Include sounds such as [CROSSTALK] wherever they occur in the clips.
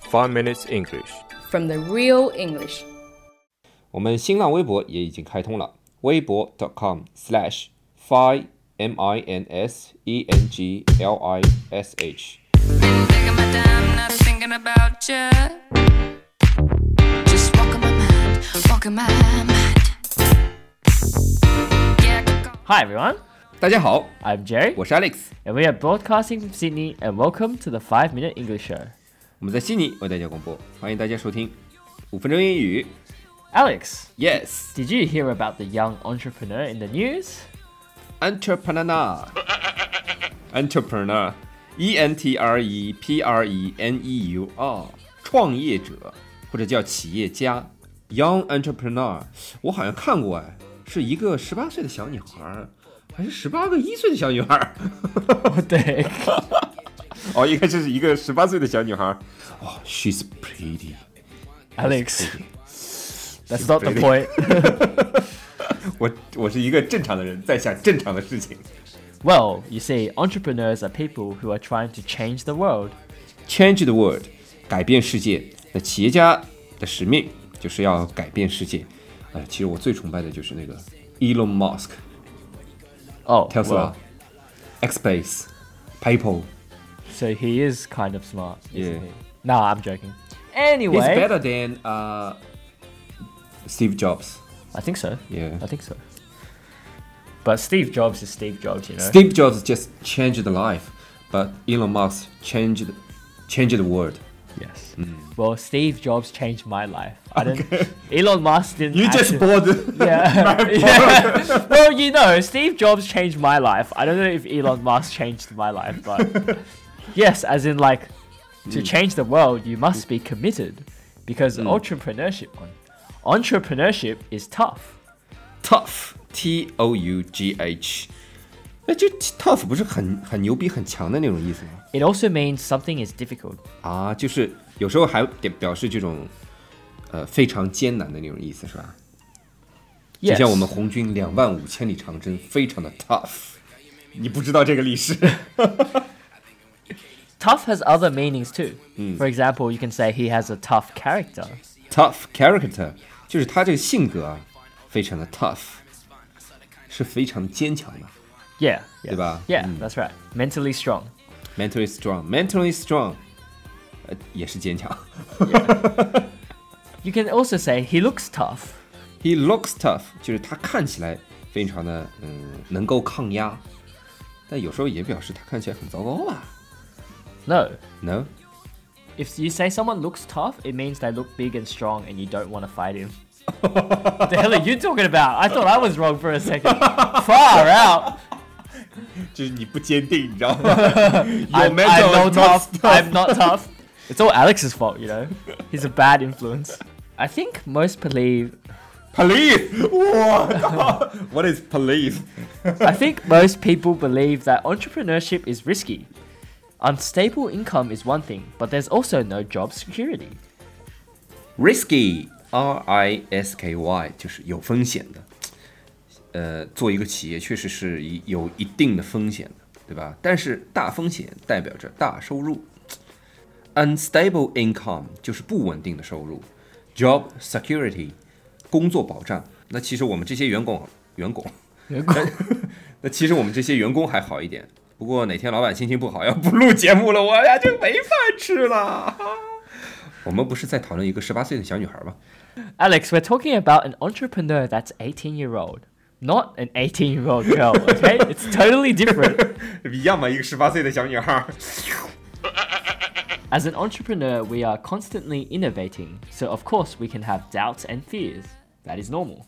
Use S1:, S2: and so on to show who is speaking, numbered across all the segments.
S1: Five Minutes English。
S2: from the real English.
S3: 我们新浪微博也已经开通了，微博 .com slash fi m i n s e n g l i s h。
S4: Taking my time, not thinking about you. Just walking my mind, walking my mind. Yeah, go, go.
S5: Hi everyone,
S3: 大家好，
S5: I'm Jerry,
S3: 我是 Alex，
S5: and we are broadcasting from Sydney, and welcome to the 5 Minute English Show.
S3: 我们在悉尼为大家广播，欢迎大家收听五分钟英语。
S5: Alex,
S3: Yes,
S5: did you hear about the young entrepreneur in
S3: [LAUGHS]
S5: the news?
S3: entrepreneur, entrepreneur, e n t r e p r e n e u r，创业者或者叫企业家，young entrepreneur，我好像看过哎，是一个十八岁的小女孩儿，还是十八个一岁的小女孩儿？ [LAUGHS]
S5: 对，
S3: 哦，应该是一个十八岁的小女孩儿。哦，she's pretty。
S5: [LAUGHS] Alex, that's not the point.
S3: 我我是一个正常的人，在想正常的事情。
S5: well, you see, entrepreneurs are people who are trying to change the world.
S3: Change the world，改变世界。那企业家的使命就是要改变世界。呃，其实我最崇拜的就是那个 Elon Musk、
S5: Oh,
S3: Tesla
S5: well,、
S3: Xspace、PayPal。
S5: so he is kind of smart, isn't
S3: Yeah.
S5: he? Nah, I'm joking. Anyway,
S3: He's better than uh Steve Jobs.
S5: I think so.
S3: Yeah.
S5: I think so. But Steve Jobs is Steve Jobs, you know.
S3: Steve Jobs just changed the life, but Elon Musk changed changed the world.
S5: Yes.
S3: Hmm.
S5: Well, Steve Jobs changed my life. I didn't. [LAUGHS] Elon Musk didn't.
S3: You just [LAUGHS]
S5: actually-
S3: bought
S5: yeah. [LAUGHS] yeah. Well, you know, Steve Jobs changed my life. I don't know if Elon Musk changed my life,
S3: [LAUGHS]
S5: but yes, as in like to
S3: Hmm.
S5: change the world, you must be committed because entrepreneurship entrepreneurship is tough.
S3: tough T O U G H。那就 tough 不是很很牛逼、很强的那种意思吗？
S5: It also means something is difficult.
S3: 啊，就是有时候还得表示这种，呃，非常艰难的那种意思，是吧？就
S5: Yes.
S3: 像我们红军两万五千里长征，非常的 tough。你不知道这个历史
S5: Tough has other meanings too.
S3: Hmm.
S5: For example, you can say he has a tough character.
S3: [LAUGHS] ，tough character 就是他这个性格啊，非常的 tough，是非常坚强的
S5: Yeah. yeah.
S3: 对吧？
S5: Yeah,
S3: 嗯。
S5: that's right. Mentally strong.
S3: ，mentally strong，mentally strong，呃，也是坚强。
S5: You can also say he looks tough.
S3: He looks tough，就是他看起来非常的嗯能够抗压，但有时候也表示他看起来很糟糕吧
S5: No.
S3: ？No，
S5: If you say someone looks tough, it means they look big and strong and you don't want to fight [LAUGHS] him. what the hell are you talking about? I thought I was wrong for a [LAUGHS] second. Far out.
S3: 就是你不坚定，你知道吗
S5: I'm, I'm no tough. I'm not [LAUGHS] tough. It's all Alex's fault, you know? He's a bad influence. I think most believe
S3: police，哇，What is police？
S5: I think most people believe that entrepreneurship is risky. Unstable income is one thing, but there's also no job security.
S3: risky R I S K Y 就是有风险的。呃，做一个企业确实是一有一定的风险的，对吧？但是大风险代表着大收入，unstable income 就是不稳定的收入，job security 工作保障。那其实我们这些员工，员工， [LAUGHS] 员工，那其实我们这些员工还好一点。不过哪天老板心情不好要不录节目了，我俩就没饭吃了。我们不是在讨论一个十八岁的小女孩吗？
S5: Alex, we're talking about an entrepreneur that's 18 year old, not an 18 year old girl, okay? it's totally different.
S3: [LAUGHS] 一样嘛，一个十八岁的小女孩。
S5: As an entrepreneur, we are constantly innovating, so of course we can have doubts and fears. That is normal.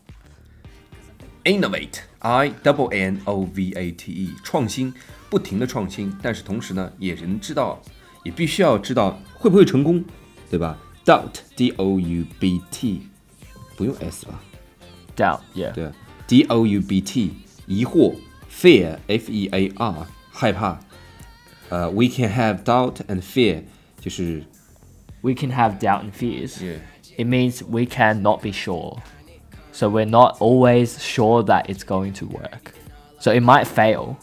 S3: Innovate, I double N O V A T E，创新，不停的创新，但是同时呢，也能知道，也必须要知道会不会成功，对吧？Doubt, D O U B T，不用 S 吧？
S5: Doubt, yeah.
S3: 对，D 啊 O U B T，疑惑，Fear, F E A R，害怕。呃、w e can have doubt and fear，就是，
S5: We can have doubt and fears.
S3: Yeah.
S5: It means we can not be sure. So we're not always sure that it's going to work. So it might fail.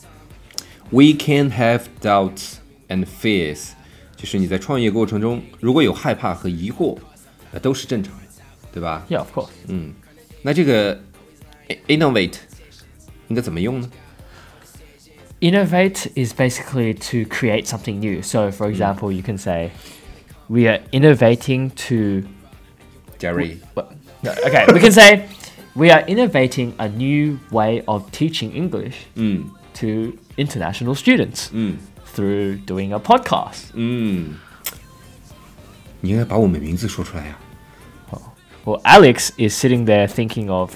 S3: We can have doubts and fears，就是你在创业过程中如果有害怕和疑惑，那都是正常的，对吧？
S5: Yeah, of course.
S3: 嗯，那这个 innovate 应该怎么用呢？
S5: Innovate is basically to create something new. So, for example, you can say, we are innovating to.
S3: Jerry，
S5: Well, no, okay, [LAUGHS] we can say, we are innovating a new way of teaching English
S3: 嗯
S5: to international students
S3: 嗯
S5: through doing a podcast.
S3: 嗯，你应该把我们名字说出来呀、
S5: Well, Alex is sitting there thinking of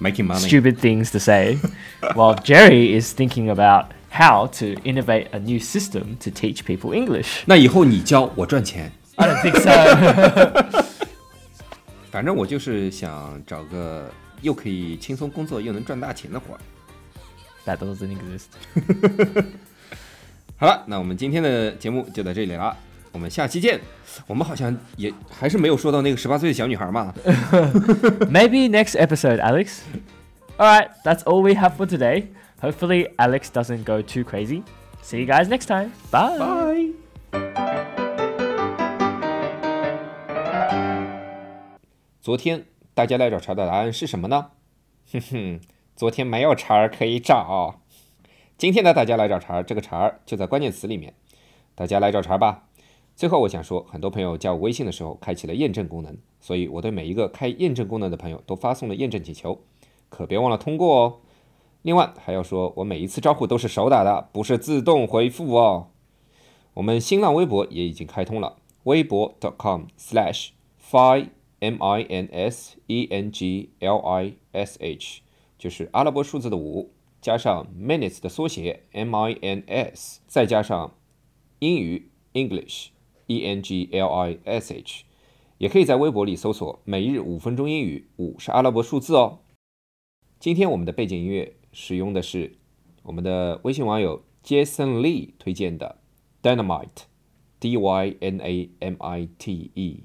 S3: m a k i n g money，
S5: stupid things to [LAUGHS] say, while Jerry is thinking about how to innovate a new system to teach people English.
S3: 那以后你教我赚钱，
S5: I don't think so.
S3: 反正我就是想找个又可以轻松工作又能赚大钱的活儿。
S5: [LAUGHS] that doesn't exist.
S3: 好了，那我们今天的节目就到这里了，我们下期见。我们好像也还是没有说到那个十八岁的小女孩嘛。
S5: Maybe next episode, Alex. All right, that's all we have for today. Hopefully, Alex doesn't go too crazy. See you guys next time. Bye.
S3: Bye. 昨天大家来找茬的答案是什么呢？ [LAUGHS] 哼哼，昨天没有茬儿可以找。今天的大家来找茬儿，这个茬儿就在关键词里面，大家来找茬儿吧。最后我想说，很多朋友加我微信的时候开启了验证功能，所以我对每一个开验证功能的朋友都发送了验证请求，可别忘了通过哦。另外还要说，我每一次招呼都是手打的，不是自动回复哦。我们新浪微博也已经开通了，微博 .com/slash fi m i n s e n g l i s h，就是阿拉伯数字的五加上 minutes 的缩写 m i n s，再加上英语 English e n g l i s h，也可以在微博里搜索“每日五分钟英语”，五是阿拉伯数字哦。今天我们的背景音乐使用的是我们的微信网友 Jason Lee 推荐的 Dynamite D Y N A M I T E。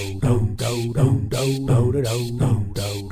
S1: do do do do do do do do do